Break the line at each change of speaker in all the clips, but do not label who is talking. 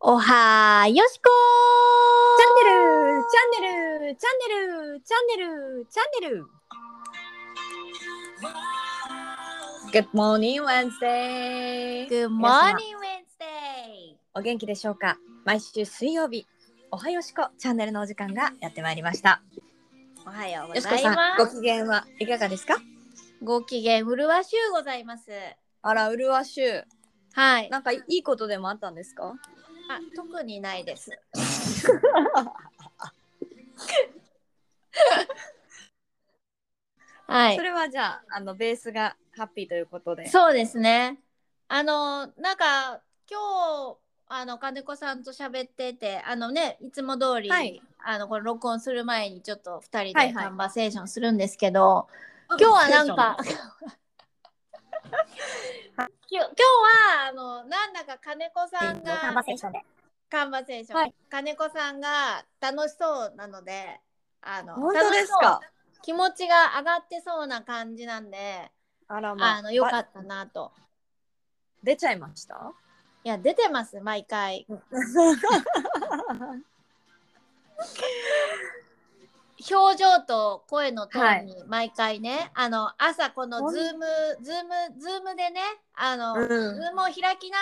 おはよしこ
チャンネルチャンネルチャンネルチャンネルチャンネル Good morning Wednesday!
Good morning
皆様
Wednesday!
お元気でしょうか毎週水曜日、おはよしこチャンネルのお時間がやってまいりました。
おはようご
よし
ざ
こ
い
さん
ま、
ご
す。
機嫌はいかがですか
ご機嫌うるわしゅうございます。
あら、うるわしゅう。
はい。
なんかいいことでもあったんですか
あ特にない です。はい
そ。れはじゃあ、あの、ベースがハッピーということで。
そうですね。あのなんか今日あの金子さんと喋っててあのねいつも通り、
はい
あのこれ録音する前にちょっと2人
は
で
いはい
カンバセーションするんですけど、今日はなんか 今日今日はあのなんだか金子さんが
セーションで。
カンバセーション、
はい
金子さんが楽しそうなのであの
本当です
楽し
か
そう気持ちが上がってそうな感じなんで
あらま
あのよか
ば
ったなと。
出ちゃいました
いや出てます毎回 表情と声のトーンに毎回ね、あの朝この
ほん
ズームズームズームでねあの、
うん
ズームを開きな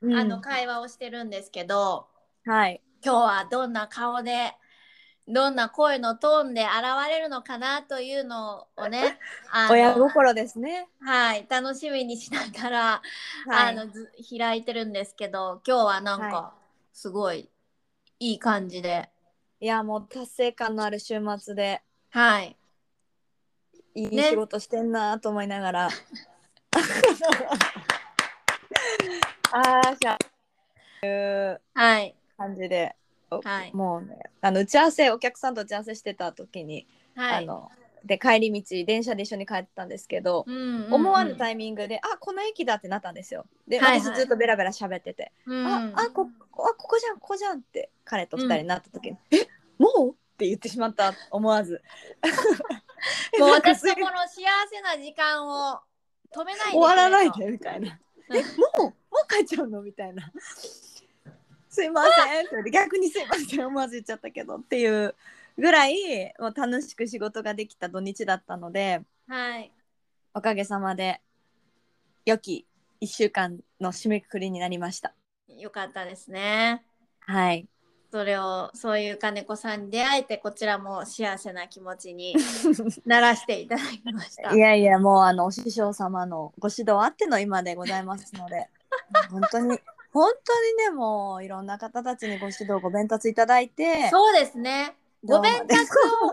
うん
がら、あの会話をしてるんですけど
はい。
今日はどんな顔でどんな声のトーンで現れるのかなというのをね あ
親
の、
心ですね。
はい、楽しみにしながら、
は
あ
い、
のず開いてるんですけど今日はなん
は
かすごいいい感じで。
いやもう達成感のある週末で
はい
いい
ね
仕事してんなと思い ながら、ああしゃ
はい
感じで、お
はい
もうねあの打ち合わせお客さんと打ち合わせしてた時に、
は
あ
い。
ので帰り道電車で一緒に帰ったんですけど、思
思
わぬタイミングで「あこの駅だ」ってなったんですよ。で、
はいはい
私ずっとベラベラ喋ってて
うん
「
うん
ああここあここじゃんここじゃん」って彼と二人になった時に「えもう?」って言ってしまった思わ ず。
もう私のこの幸せな時間を止めないでくれと
終わらないでみたいな。
うん
えもうもう帰っちゃうのみたいな。 すいませんって言って逆にすいません思わず言っちゃったけどっていうぐらいもう楽しく仕事ができた土日だったので
はい
おかげさまで良き1週間の締めくくりになりました。
よかったですね
はい、
それをそういう金子さんに出会えてこちらも幸せな気持ちにならしていただきました
いやいやもうあのお師匠様のご指導あっての今でございますので 本当に本当にねもういろんな方たちにご指導ご弁達いただいて
そうですねご
どう
鞭
も
達を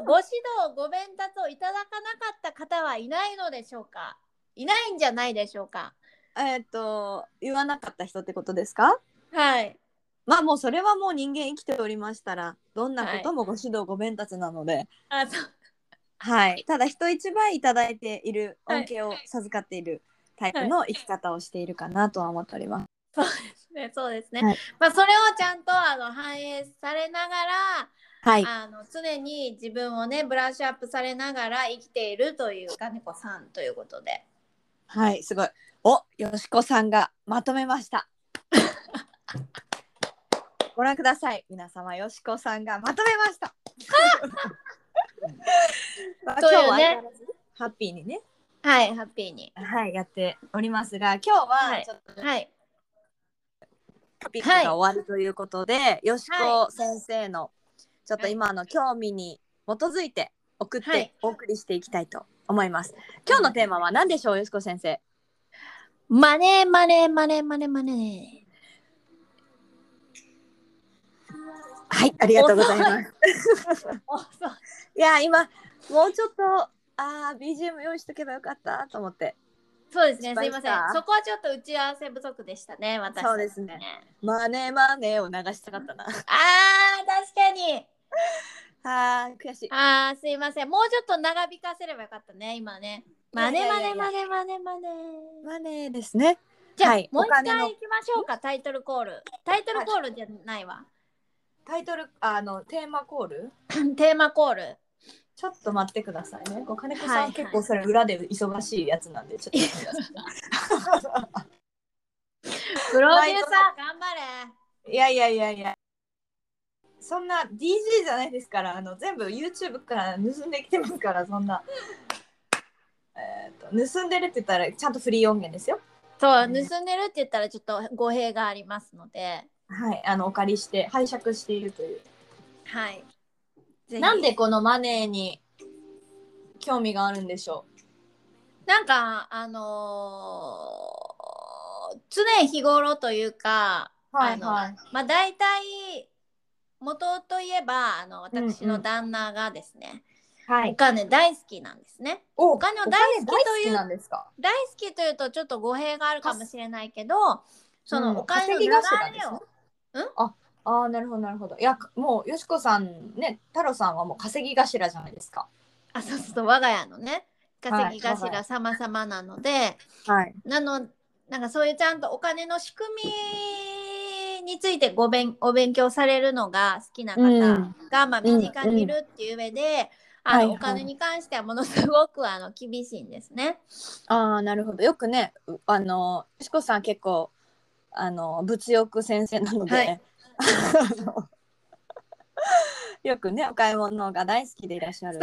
ご指導ご鞭達をいただかなかった方はいないのでしょうかいないんじゃないでしょうか
えっ、と言わなかった人ってことですか
はい
まあもうそれはもう人間生きておりましたらどんなこともご指導ご鞭達なので、
あそう
はいただ人一倍いただいている
はい
恩恵を授かっているタイプの生き方をしているかなとは思っております。
ね、そうですね、
はい
まあ、それをちゃんとあの反映されながら、
はい、
あの常に自分をねブラッシュアップされながら生きているという金子さんということで
はい、すごい。お、よしこさんがまとめました。 ご覧ください。皆様、よしこさんがまとめま した。まあ
というね
相変わらずハッピーにね、
はいハッピーに
はい、やっておりますが、今日
は
はいちょっと
はい
トピックが終わるということで、よしこ先生のちょっと
はい
今の興味に基づいて送って、
はい
お送りしていきたいと思います。今日のテーマは何でしょう、よしこ先生。
マネーマネーマネーマネーマネー
はい、ありがとうございます。
おそう
いや今もうちょっとあー BGM 用意しとけばよかったと思って
そうですね
失
す
敗
い
した
ませんそこはちょっと打ち合わせ不足でしたね私たち
そうですね「マネーマネー」を流したかったな
あ ー確かに
あー悔しい
あーすいませんもうちょっと長引かせればよかったね今ねマネーマネーマネーマネーマネー
マネーですね
じゃあ、
はい
もう一
お金の
回行きましょうか、タイトルコール。タイトルコールじゃないわ。
タイトルあのテーマコール
テーマコール。
ちょっと待ってくださいねご金
は
子
い
さ
は
ん
い
結構それ裏で忙しいやつなんでちょっと待ってください
プロデューサー
毎度、
頑張
いやいやいやいや。そんな DJ じゃないですから、あの全部 YouTube から盗んできてますから、そんな。えー、と盗んでるって言ったらちゃんとフリー音源ですよ。
そう、
ね
盗んでるって言ったらちょっと語弊がありますので、
はい、あのお借りして拝借しているという。
はい。ぜひ
なんでこのマネーに興味があるんでしょ
なんかあのー常日頃というか、
う。はいは
あの
い。
まあ大体元といえばあの
うん
私の旦那がですね、
は
お。金大好きなんですね。
お
お金を大好きという
なんですか。
大好きというとちょっと語弊があるかもしれないけどその
うん
お金の流
稼ぎ頭で
れ
す
を、
ねああなるほどなるほど。いやもうよしこさんね太郎さんはもう稼ぎ頭じゃないですか。
あそうそうそう我が家のね
は
稼
い
ぎ頭様々なので、
はい。
なのなんかそういうちゃんとお金の仕組みについてごべんお勉強されるのが好きな方
うん
が、まあ、身近にいるっていう上で、あの
はいはい
お金に関してはものすごくあの厳しいんですね。
ああなるほどよくねうあのよしこさん結構あの物欲先生なので、
はい
あの よくねお買い物が大好きでいらっしゃる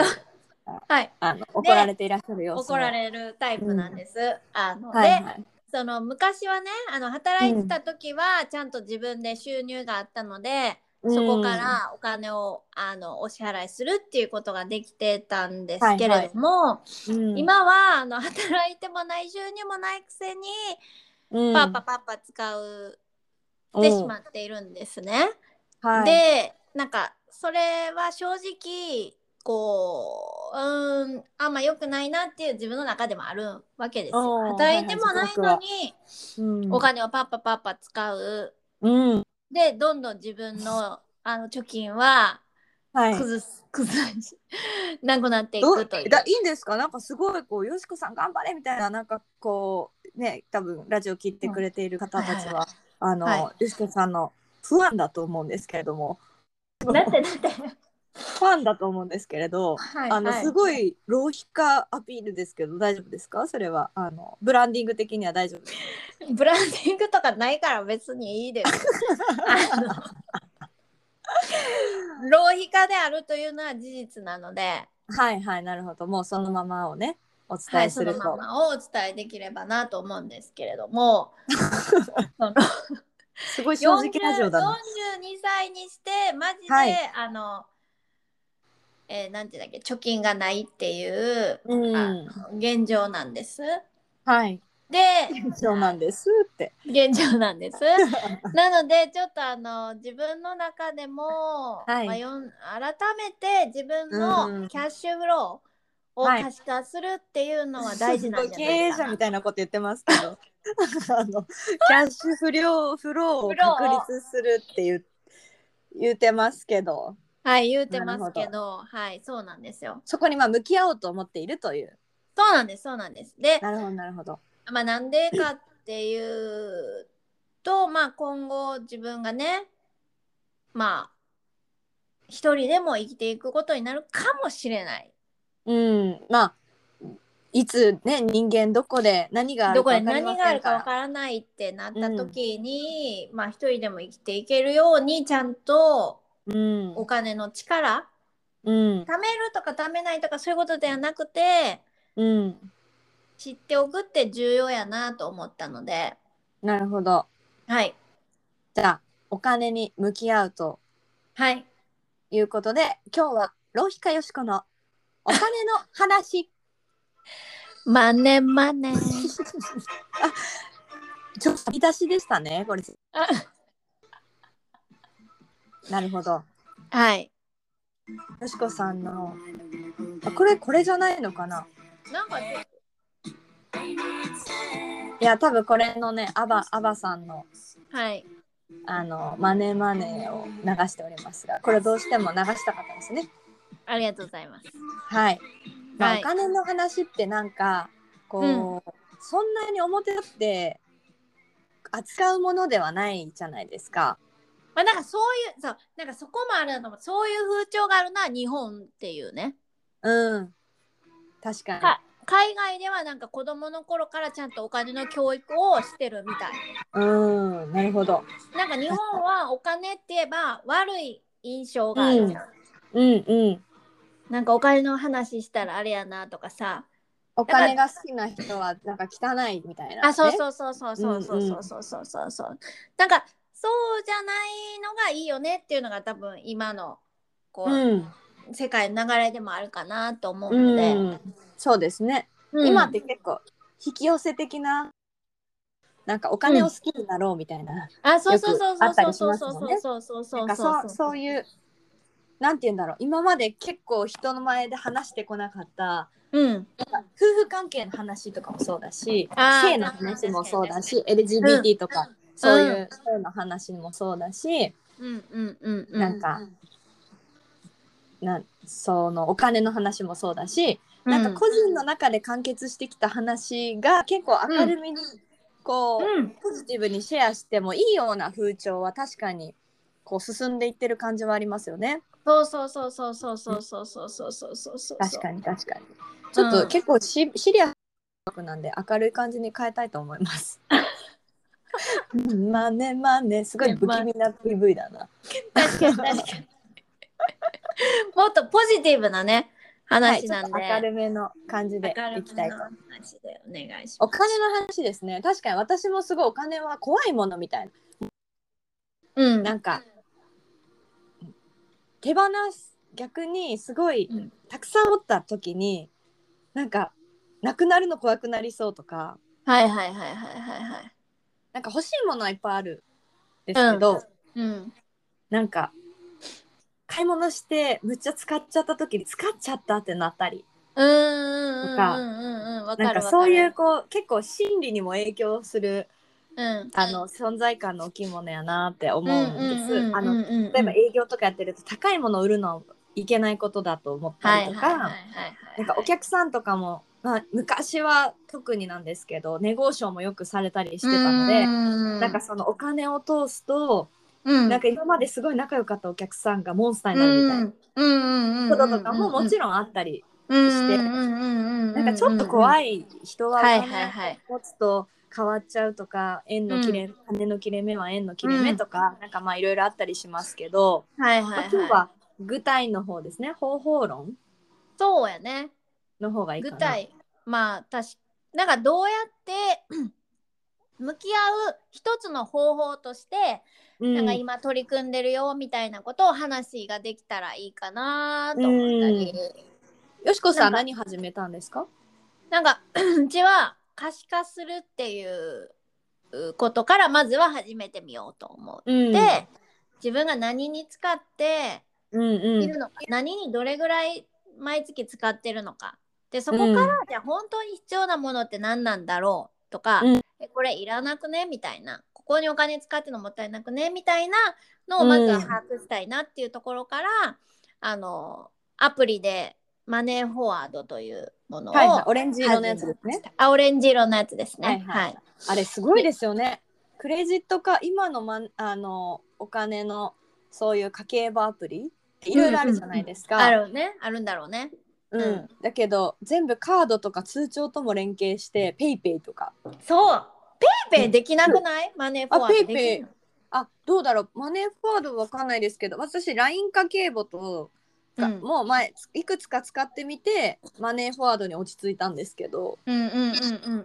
はい、
あの怒られていらっしゃる様子も
怒られるタイプなんです。あの
はい
で
はい
その昔はねあの働いてた時はちゃんと自分で収入があったので、そこか、らお金をあのお支払いするっていうことができてたんですけれども、
うんうん
今はあの働いてもない収入もないくせに、
うん
パッパッパッパ使うってしまっているんですね。
うんはい
でなんかそれは正直こううーんあんま良くないなっていう自分の中でもあるわけですよ。
おー
働いてもないのに
うん
お金をパッパパッパ使う。
うん
でどんどん自分のあの貯金は
はい
崩す、崩しなくなってい
ど
く
う
という
だいいんですかなんかすごいこうよしこさん頑張れみたいななんかこうね多分ラジオ聞いてくれている方たちは、あの、
は
よしこさんの不安だと思うんですけれども
だってだって、
ファンだと思うんですけれど、
はい
あのすごい浪費家アピールですけど大丈夫ですかそれはあのブランディング的には大丈夫ですか
ブランディングとかないから別にいい です。あの浪費家であるというのは事実なので、
はいはいなるほどもうそのままをねお
は
伝え
い、そ
する
の
と、
ままをお伝えできればなと思うんですけれどもその
すごい正直
40
ラジオだ
42
な
歳にしてマジで、
はい
あの、えーなんていうんだっけ貯金がないっていう
うん
現状なんです。
はい
で
そうなんですって
現状なんです。なのでちょっとあの自分の中でも、
はい
まあよん改めて自分
うん
のキャッシュフローを
はい
可視化するっていうのは大事なんじゃ
経
ない
営
か
者
な。
みたいなこと言ってますけどあの キャッシュ不良フローを確立するっていう言ってますけど
はい言うてます
な
け
るほ
どはいそうなんですよ。
そこにまあ向き合おうと思っているという
そうなんですそうなんです。で
なるほどなるほど
まあなんでかっていうとまあ今後自分がねまあ一人でも生きていくことになるかもしれない。
うん、まあいつね人間どこで何がある
ど
か
こで
分かりま
何があ
せ
る
ん
か
か
わ
ら。
からないってなった時に、まあ一人でも生きていけるようにちゃんと
うん
お金の力
うん
貯めるとか貯めないとかそういうことではなくて
うん
知っておくって重要やなと思ったので
なるほど
はい
じゃあお金に向き合うと
はい
いうことで今日は浪費家よしこのお金の話
マネマネ
ちょっと見出しでしたねこれ
あ
なるほど
はい
よしこさんのあこれこれじゃないのかな
なんか
いや多分これのねアバアバさんの
はい
あのマネーマネーを流しておりますがこれどうしても流したかったですね
ありがとうございます
はい。まあ、
はい
お金の話ってなんかこう、そんなに表立って扱うものではないじゃないですか。
まあなんかそういうそうなんかそこもあるなと思うそういう風潮があるな日本っていうね
うん。確かに。
か海外ではなんか子供の頃からちゃんとお金の教育をしてるみたい。
うん、なるほど。
なんか日本はお金って言えば悪い印象があるじゃん。
うんうん。
なんかお金の話したらあれやなとかさ。
お金が好きな人はなんか汚いみたいな、ね。
あ、そう
う。
そうそうそうそうそうそうそうそうそうそう。なんかそうじゃないのがいいよねっていうのが多分今のこう、
うん。
世界の流れでもあるかなと思うので。
うん。そうですね。
うん
今って結構引き寄せ的な。なんかお金を好きになろうみたいな。
あ、そうそうそうそ
よくあ
う
った
そう
りし
そうそ
ます
う
もんね
そうそうそう
な
んそう
かそうそういうなんて言うんだろう今まで結構人の前で話してこなかった
うん。
なんか夫婦関係の話とかもそうだし
あー
性の話もそうだし LGBT とか、そういう性の話もそうだし、
うんうんうんうん。
なんかなんそのお金の話もそうだし、
う、
なんか個人の中で完結してきた話が結構明るみにこう、
うん、
ポジティブにシェアしてもいいような風潮は確かにこう進んでいってる感じはありますよね。
そうそうそうそうそうそうそうそうそうそうそうそう。
確かに確かに。ちょ
う
っと
ん
結構シ,、シリアスなんで明るい感じに変えたいと思い ます。うんまあねまあねすごい不気味な PV だな。
確かに確かに。もっとポジティブなね
はい、
話
ちょ
な
っと
んで、
明るめの感じで
明る
いき
め
たいと
の。話でお願いしま
お金の話ですね。確かに私もすごいお金は怖いものみたいな。
す。うん
なんか手放す逆にすごい
うん
たくさん持った時になんかなくなるの怖くなりそうとか
はいはいはいはいはいはい。
なんか欲しいものはいっぱいあるんですけど、
うん
なんか買い物してむっちゃ使っちゃった時に使っちゃったってなったり
うんうんうんうん
とか
うんうんわか
なん
る
か
わかる。
そういうこう結構心理にも影響する
うん
あの存在感の大きいものやなって思うんです。あの
例
例えば営業とかやってると高いものを売るのはいけないことだと思ったりとか、なんかお客さんとかも、まあ、昔は特になんですけどネゴーションもよくされたりしてたので。
な
なんかそのお金を通すと、
うん
なんか今まですごい仲良かったお客さんがモンスターになるみたいなこととかももちろんあったり、して
な
なんかちょっと怖
い
い人はお
はい
金
はいはい
を持つと変わっちゃうとか円の切れ、金の切れ目は円の切れ目とか、なんかまあいろいろあったりしますけど、
はい
ま
は
あ
い
今日
はい
は具体の方ですね方法論
そうやね
の方がいいか
具
な。
体まあ確かなんかどうやって 向き合う一つの方法として、
うん、
なんか今取り組んでるよみたいなことを話ができたらいいかなと思ったり、
よしこさん
な
何始めたんですか
なんか うちは可視化するっていうことからまずは始めてみようと思う。
うん
で自分が何に使って
うん
いうるのか、何にどれぐらい毎月使ってるのかでそこから、じゃあ本当に必要なものって何なんだろうとか、
うん
えこれいらなくねみたいなここにお金使ってるのもったいなくねみたいなのをまずは把握したいなっていうところから、あのアプリでマネーフォワードというもの
ん。
を、
はいはい、オレンジ色のやつですね。
あオレンジ色のやつですね。
はいはい
はい
あれすごいですよね。クレジットか今の,、ま、あのお金のそういう家計簿アプリいろいろあるじゃないです
あ
か。
るね、あるんだろうね。
うん
うん
だけど全部カードとか通帳とも連携してペイペイとか
そう、ペイペイできなくない、マネーフォワードでき
あペイペイあどうだろうマネーフォワードわかんないですけど私 LINE 家計簿とか、
うん
もう前いくつか使ってみてマネーフォワードに落ち着いたんですけど
うんうんうんうん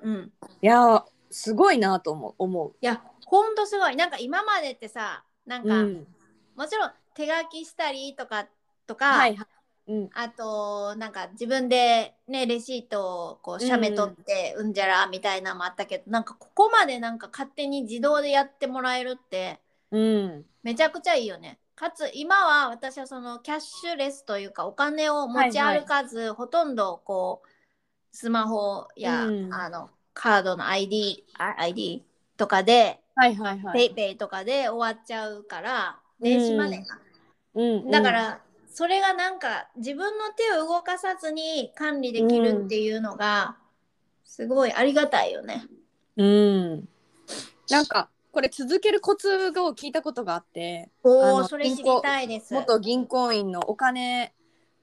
うん。
いやーすごいなと思う思
いやほんとすごいなんか今までってさなん
う。
か、
うん
もちろん手書きしたりとかとか、
はいはいうん
あとなんか自分でねレシートをこう
うん
写メ取ってうんじゃらみたいなのもあったけど、なんかここまでなんか勝手に自動でやってもらえるって
うん
めちゃくちゃいいよね。かつ今は私はそのキャッシュレスというかお金を持ち歩かず、ほとんどこうスマホや、
うん
あのカードの ID, あ ID とかで
はいはいは
ペ
い。
イペイとかで終わっちゃうから電子マネーか、
うん
だからそれがなんか自分の手を動かさずに管理できるっていうのがすごいありがたいよね。
うん、なんかこれ続けるコツを聞いたことがあって
お
あ
お
の
それ知りたいです。
元銀行員のお金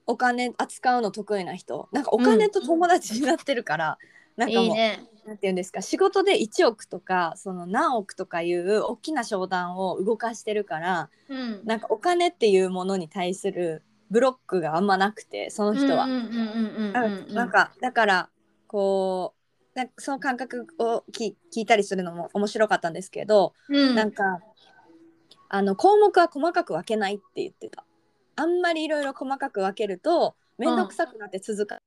お金扱うの得意な人なんかお金と友達になってるから、なんかもう
いいね。
なんていうんですか仕事で1億とかその何億とかいう大きな商談を動かしてるから
うん。
なんかお金っていうものに対するブロックがあんまなくてその人は。
うんうんうんうん
な
うんんう
か
ん。
なんかだからこうなんかその感覚をき聞いたりするのも面白かったんですけど、
うん、
なんかあの項目は細かく分けないって言ってた。あんまりいろいろ細かく分けると面倒くさくなって続か、
あ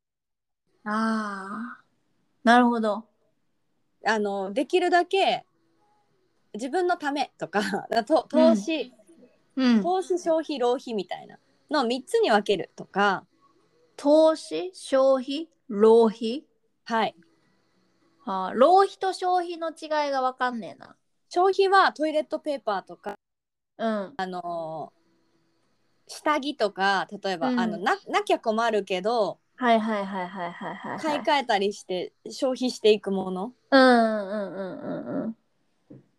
あ。なるほど。
あのできるだけ自分のためとか と投資、
うん。
投資消費浪費みたいなのを3つに分けるとか
投資、消費、浪費。
はい
あー浪費と消費の違いがわかんねえな。
消費はトイレットペーパーとか、
うん。
あのー下着とか例えば、
うん
あのななきゃ困るけど
はいはいはいはいはいはい、はい。
買い替えたりして消費していくもの
うんうんうんうんうん。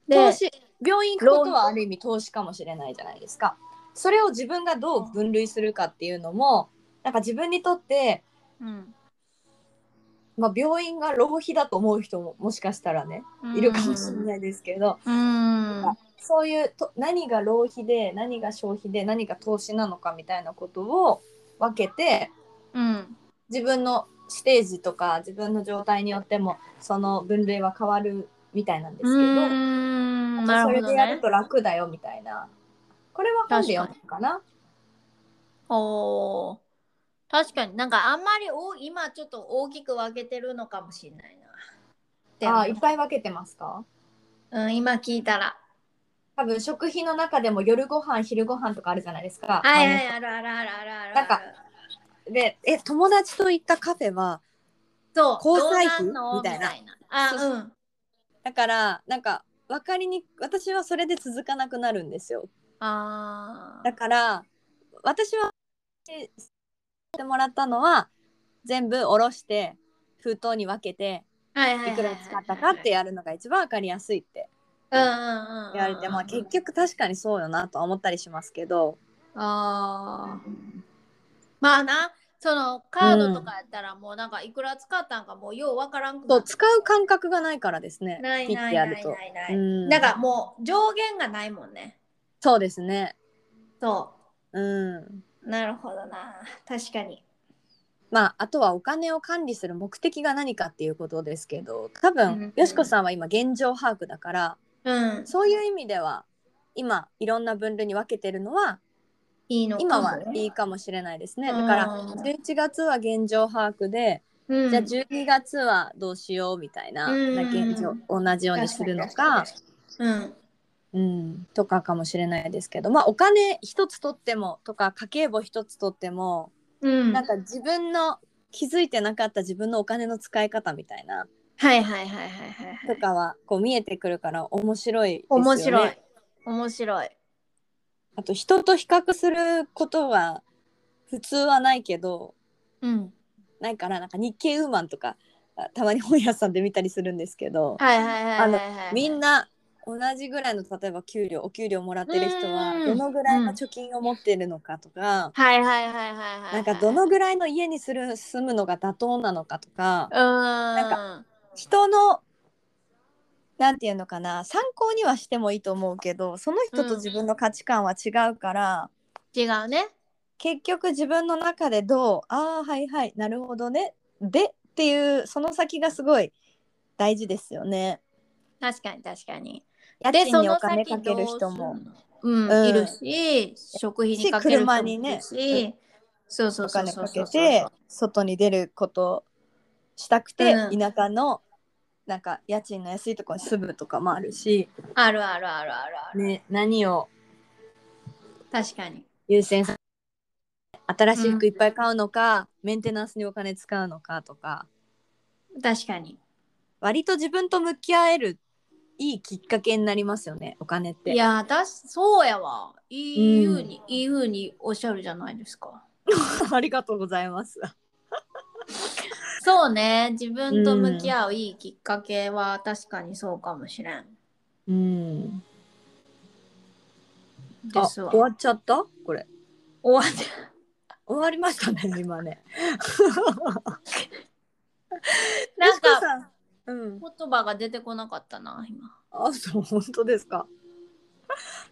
投
で、
資病院行くことはある意味投資かもしれないじゃないですかそれを自分がどう分類するかっていうのもなんか自分にとって、
うん、
まあ、病院が浪費だと思う人ももしかしたらねいるかもしれないですけど、
うん。うん。
そういうと何が浪費で何が消費で何が投資なのかみたいなことを分けて
うん。
自分のステージとか自分の状態によってもその分類は変わるみたいなんですけど、
うん。な
そ
る
れ
ほど
でやる
ね。
と楽だよみたいなこれは本で読むかな
おー確かになんかあんまりお今ちょっと大きく分けてるのかもしれないな。でも
あーいっぱい分けてますか
うん、今聞いたら。
多分食費の中でも夜ご飯昼ご飯とかあるじゃないですか。
はいはい、あるあるあるあるある。
なんかでえ友達と行ったカフェは
そう、
交際費
どうなんの
みたいな
あ、
そう
うん。
だからなんか分かりに私はそれで続かなくなるんですよ。
あ
だから私はえしてもらったのは全部おろして封筒に分けて
あ。はいはい
くら使ったかってやるのが一番わかりやすいって
うんうんうん。
言われて、まあ、結局確かにそうよなとは思ったりしますけど、
あーまあな、そのカードとかやったらもうなんかいくら使ったんかもうようわからんく
そ
な
う使う感覚がないからですね
ない
ピッ
な
て
い
や
な
る
い
と
ないな
う
い。
ん
だからもう上限がないもんね。
そうですね
そ
うん
う。なるほどな。確かに。
まああとはお金を管理する目的が何かっていうことですけど多
うんうん
分よしこさんは今現状把握だから
うん。
そういう意味では今いろんな分類に分けてるのはい
いのか
今
も
は
ね
いいかもしれないですね。
う
だ
ん
から11月は現状把握で、
うん
じゃあ12月はどうしようみたいな、
うん
な現状同じようにするのか
うん。
うん、とかかもしれないですけど、まあお金一つ取ってもとか家計簿一つ取っても、
うん。
なんか自分の気づいてなかった自分のお金の使い方みたいな
はいはいはいはいはいは
と
い。
かはこう見えてくるから面白いですよね。
面白い。面白い。
あと人と比較することは普通はないけど
うん。
ないからなんか日経ウーマンとかあたまに本屋さんで見たりするんですけど、
はいはいはいはいはい、はい。
みんな同じぐらいの例えば給料お給料もらってる人は
うん
どのぐらいの貯金を持ってるのかとか、
はいはいはいはいはいはい。
なんかどのぐらいの家にする住むのが妥当なのかとか
う、ーん。
なん
か。
人のなんていうのかな参考にはしてもいいと思うけどその人と自分の価値観は違うから。
違うね。
結局自分の中でどうああはいはいなるほどねでっていうその先がすごい大事ですよね。
確かに確かに。
家
で、
賃
そ
にお
の
金
先
かける人
どう
も
すんの。うん、
うん
いるし、食費にかける人もいるし。
車にね
そうそ
お
うそう
金
そう
か
そ
け
う。
て外に出ることしたくて、
うん
田舎のなんか家賃の安いところに住むとかもあるし、
あるあるあるあるある。
ね、何を
確かに。
優先さ新しい服いっぱい買うのか、メンテナンスにお金使うのかとか
確かに。
割と自分と向き合えるいいきっかけになりますよねお金って
い。やー、だし、そうやわ。いいふうに、いいふうにおっしゃるじゃないですか。
ありがとうございます。
そうね、自分と向き合ういいきっかけは確かにそうかもしれん。
うん。
で
あ、
すわ。
終わっちゃったこれ。
終わっちゃ
終わりましたね、 今ね。
なん
よしこ
か
さん。うん。
言葉が出てこなかったな今
あ、そう、本当ですか。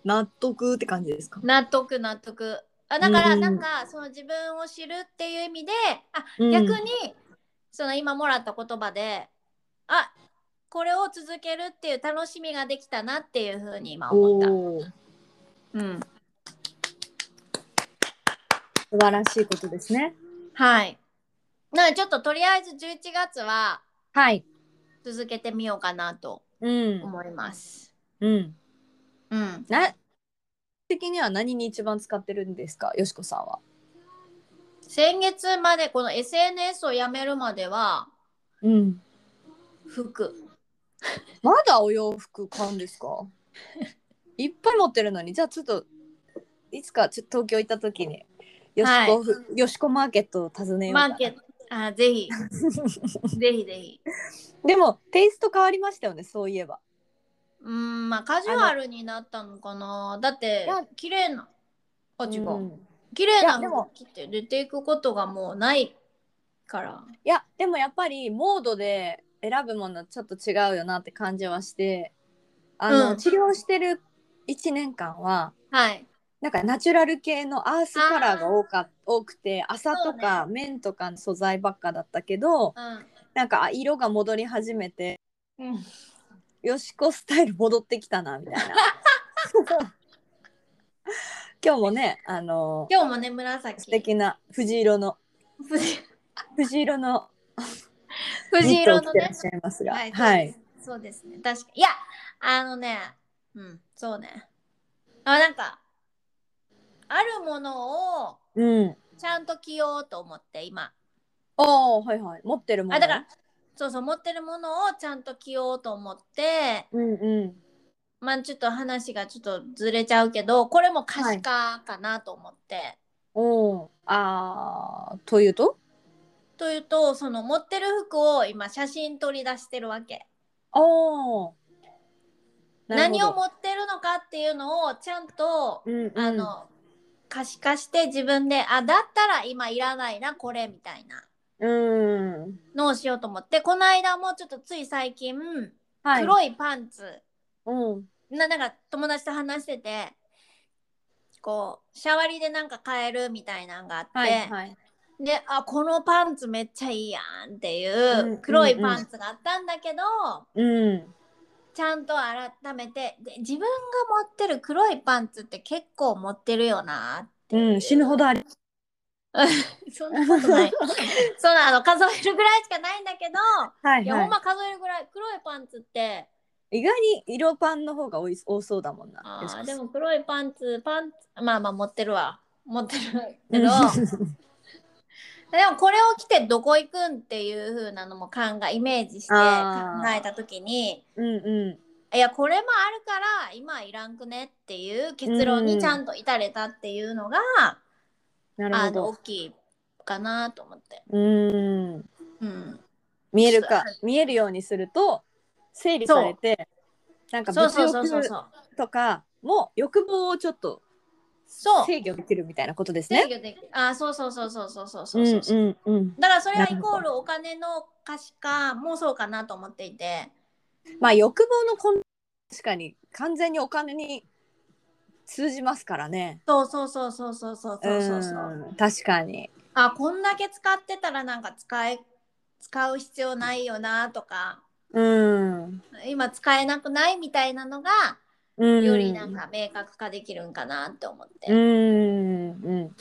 納得って感じですか。
納得納得あだから
うん
なんかその自分を知るっていう意味であ
うん
逆に、その今もらった言葉であこれを続けるっていう楽しみができたなっていうふうに今思った、
おお、素
うん、
晴らしいことですね。
はいなのでちょっととりあえず11月は
はい。
続けてみようかなと
うん。
思います
うん。
うん
な。的には何に一番使ってるんですか、よしこさんは。
先月までこの SNS をやめるまでは
うん。
服
まだお洋服買うんです か。いっぱい持ってるのに、じゃあちょっと。いつかちょっと東京行った時に。よしこ、よしこマーケットを訪ねよう
マ
かな
ー ケットあぜひ ぜひぜひ
でもテイスト変わりましたよねそういえば
うんまあカジュアルになったのかなだって
いや
綺麗なあ違う、
ん
綺麗
いや
な
でも
服着て出ていくことがもうないから
いやでもやっぱりモードで選ぶものちょっと違うよなって感じはしてあの、
うん
治療してる1年間は
はい
なんかナチュラル系のアースカラーが多か多くて朝
そう
と
ね
か綿とかの素材ばっかだったけど、なんかあ色が戻り始めて
うん、うん、
よしこスタイル戻ってきたなみ たいな今日もねあの
今日もね紫
素敵な藤色の
藤
藤色の
藤
ニット
色
を着
の
てら
ね
っしゃいますが、
はい、
はい、
そうですね確かいやあのねうんそうねあなんかあるものを
うん。
ちゃんと着ようと思って今
ああ、はいはい。持ってるもの。
あだから。そうそう持ってるものをちゃんと着ようと思って
うんう
まあちょっと話がちょっとずれちゃうけどこれも可視化かなと思って、
ん。おお。ああ、というと
というとその持ってる服を今写真取り出してるわけ
ああ。
何を
っ
持ってるのかっていうのをちゃんと、
うんうん、
あの可視化して自分であだったら今いらないなこれみたいな
うん。
のをしようと思ってこの間もちょっとつい最近
はい。
黒いパンツ、
うん。
ななんか友達と話しててこうシャワリでなんか買えるみたいなのがあって。
はいはい。
であこのパンツめっちゃいいやんってい
うんうんう
うん黒いパンツがあったんだけど、
うん。
ちゃんと改めてで自分が持ってる黒いパンツって結構持ってるよ な
うん、死ぬほどあり。
そんなことないそんなあの数えるぐらいしかないんだけど、、
はいい
や
は
ほん
い。
ま数えるぐらい黒いパンツって
意外に色パンの方が多い多そうだもんな。
あ
よしこさ
ー
ん
でも黒いパンツパンツまあまあ持ってるわ持ってるけど。でもこれを着てどこ行くんっていう風なのも考えイメージして考
あー
えた時に
うんう
いやこれもあるから今いらんくねっていう結論にちゃんと至れたっていうのが、
ん。なる
あ
ほ
の
ど
大。きいかなと思って、
うん。
うん、
見えるか、見えるようにすると、整理されて、なんか物
そう
欲
そうそうそうそう
とかも欲望をちょっと
そう
制御できるみたいなことです
制
ね。
御できあそうそうそうそうそうそうそうそう
うんうんうん。
だからそれはイコールお金の可視化もそうかなと思っていて
まあ欲望の根確かに完全にお金に通じますからね。
そうそうそうそうそうそうそうそうそうん
確かに。
あこんだけ使ってたらなんか使え使う必要ないよなとか
うん。
今使えなくないみたいなのが
うん、
よりなんか明確化できるんかなって思っ
うん
て、
うん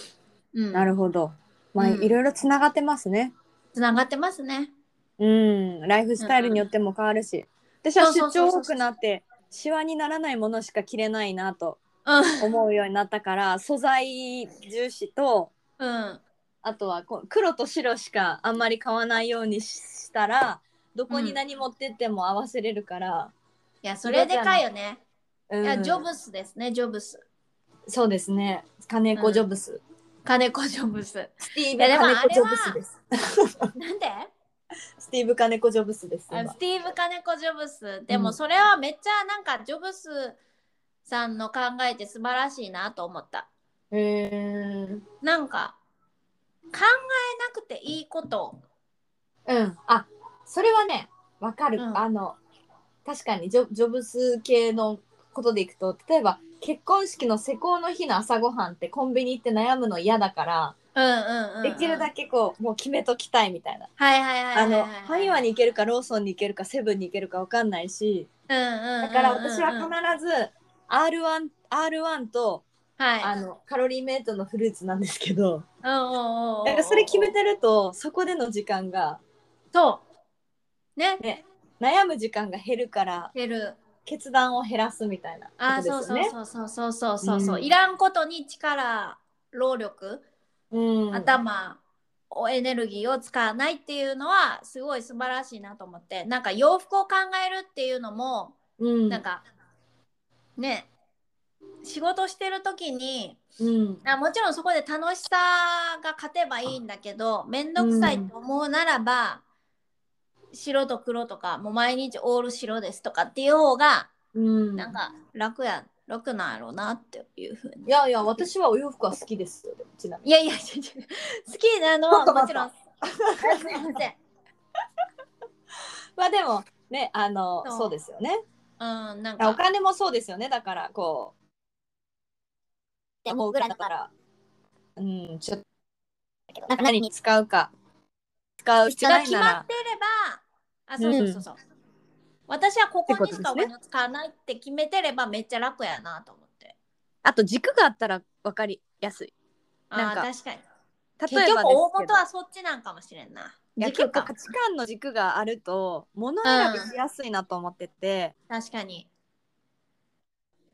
うん
なるほどまあ、
うん
いろいろつながってますね
つながってますね
うんライフスタイルによっても変わるし、私は出張多くなってシワにならないものしか着れないなと
うん
思うようになったから素材重視と
うん
あとはこう黒と白しかあんまり買わないようにししたらどこに何持ってっても合わせれるから、
いやそれでかいよね
うん
いやジョブスですねジョブス
そうですね金
う
子
ん
ジョブス、
金子ジョブ ス
スティー
いやでも
ブ金
あ
子
れ
ジ
は
ョブスです
なんで
スティーブ金子ジョブスです
あ
今
スティーブ・金子・ジョブスで
う
も
ん
それはめっちゃなんかジョブスさんの考えって素晴らしいなと思った
へー
なんか考えなくていいこと
うん、あそれはねわかる、
うん
あの確かにジョジョブス系のことでいくと例えば結婚式の施工の日の朝ごはんってコンビニ行って悩むの嫌だから、
うんうんうんうん
できるだけこうもう決めときたいみたいな、
はいはいはいはいはい
あのファミマに行けるかローソンに行けるかセブンに行けるかわかんないし
うんうんうんうんうん
だから私は必ず R1, R1 と
はい
あのカロリーメイトのフルーツなんですけど
うんうんうんうん
だからそれ決めてるとそこでの時間が
そうね
ね悩む時間が減るから
出る
決断を減らすみたいな
あー
こと
そ
で
う
すよ
そ
ね。
うそうそうそうそうそう、
うん
いらんことに力労力、
うん
頭をエネルギーを使わないっていうのはすごい素晴らしいなと思ってなんか洋服を考えるっていうのも
うん
なんか、ね仕事してる時に
うん
あもちろんそこで楽しさが勝てばいいんだけど面倒くさいと思うならば、白と黒とかもう毎日オール白ですとかっていう方が
うん
なんか楽や楽なんやろうなっていうふうに
いやいや私はお洋服は好きですよでもちなみ
いやいや、違う違う好きなのは
ちょっと
もち
待っ
ろ
た
ん。あすいません。
にまあでもねあの
そう
そうですよね
うん、なん
お
か、
金もそうですよねだからこう思うからだからうんちょっと何に使うか使う必要
が
ない
決
な
まっ
ら
てれば、あ、そうそうそうそう。私はここにしかお金を使わないって決めてればめっちゃ楽やなと思って。
あと軸があったら分かりやすい
あ
な
あ
んか
ー、確かに。
例
結
え
局、
ば
大
ですけ
元
ど
はそっちなんかもしれんな。
いや
時間
結構価値観の軸があると物選びしやすいなと思ってて、
確かに。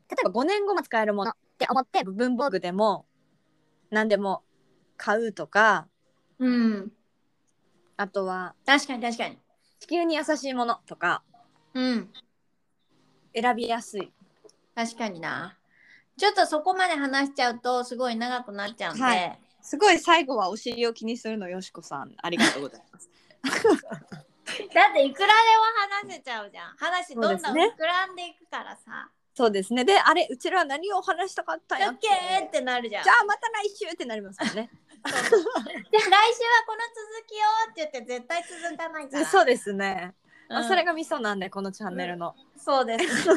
例えば5年後も使えるものって思って文房具でも何でも買うとか
うん。
あとは
確かに確かに。
地球に優しいものとか
うん。
選びやすい。
確かにな。ちょっとそこまで話しちゃうとすごい長くなっちゃうんで、
はいすごい最後はお尻を気にするのよしこさんありがとうございます。
だっていくらでも話せちゃうじゃん話どんど
そ
ん
う
膨
ですね
らんでいくからさ
そうですねであれうちらは何をお話したかったん
オ
や
ッ
っ
ケ
け
ーってなるじゃん。
じゃあまた来週ってなります よね。
で来週はこの続きよって言って絶対続かないから。
そうですね、
うん
あそれがミソなんでこのチャンネルの。
そう です。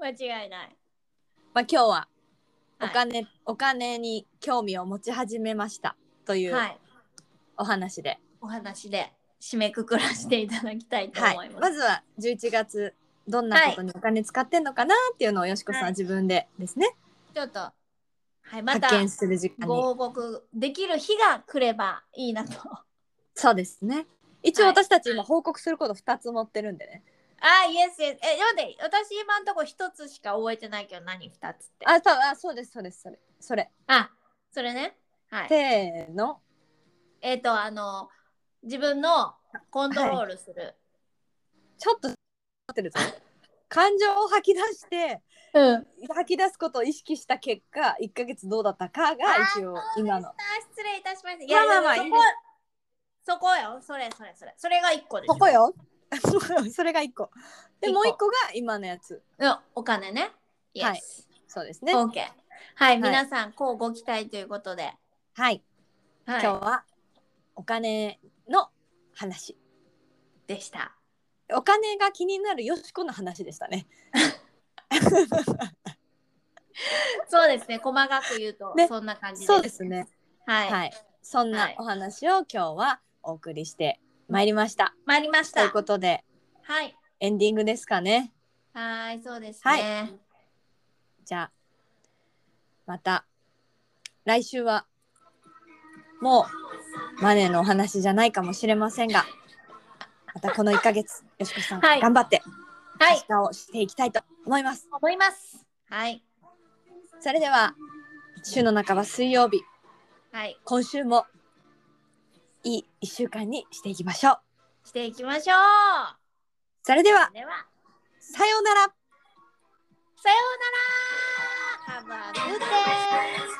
間違いない。
まあ、今日はお
はい
金、お金に興味を持ち始めましたという
はい。
お話で、
お話で締めくくらしていただきたいと
はい
思います。
まずは11月どんなことにお金使ってんのかなっていうのをよしこさん
は
はい自分でですね、
ちょっとはいまた
発見する時間
ご
に
報告できる日が来ればいいなと。
そうですね一応
はい
私たち今報告すること2つ持ってるんでね、
あイエスイエス。え読んで私今んとこ一つしか覚えてないけど何二つって。
あそうあそうですそうですそれそれ
あそれね。はい。
せーの
えっ、とあの自分のコントロールする。
ちょっと持ってるぞ感情を吐き出して
うん。
吐き出すことを意識した結果1ヶ月どうだったかが一応今の
あ失礼いたしました。い
ま
や
あ
いや
まあまあ
そ
いい
こそこよ。それそれそれ。それが一個です。
ここ。よ。 それが一個。で
一個
もう一個が今のやつ。
うんお金ね。イエ
はい
ス。
そうです
オ
ね。
ッケー。はい皆さんこうご期待ということで。
はい。
は
今
い。
日はお金の話。
でした。
お金が気になるよしこの話でしたね。
そうですね。細かく言うと、
ね
そんな感じです。
そうですね。
はい。
はい。そん
は
ないお話を今日はお送りしてまいりました。
参りまし
とい
た
う。ことで
はい。
エンディングですかね。
はいそうですね。
はいじゃあまた来週はもうマネーのお話じゃないかもしれませんが、またこの1ヶ月よしこさん、
はい
頑張って。
はい
明日をしていきたいと思います。
思います。はい。
それでは週の半ば水曜日
はい。
今週もいい一週間にしていきましょう。
していきましょう。
それでは
では、
さようなら。
さようなら !Have a good day!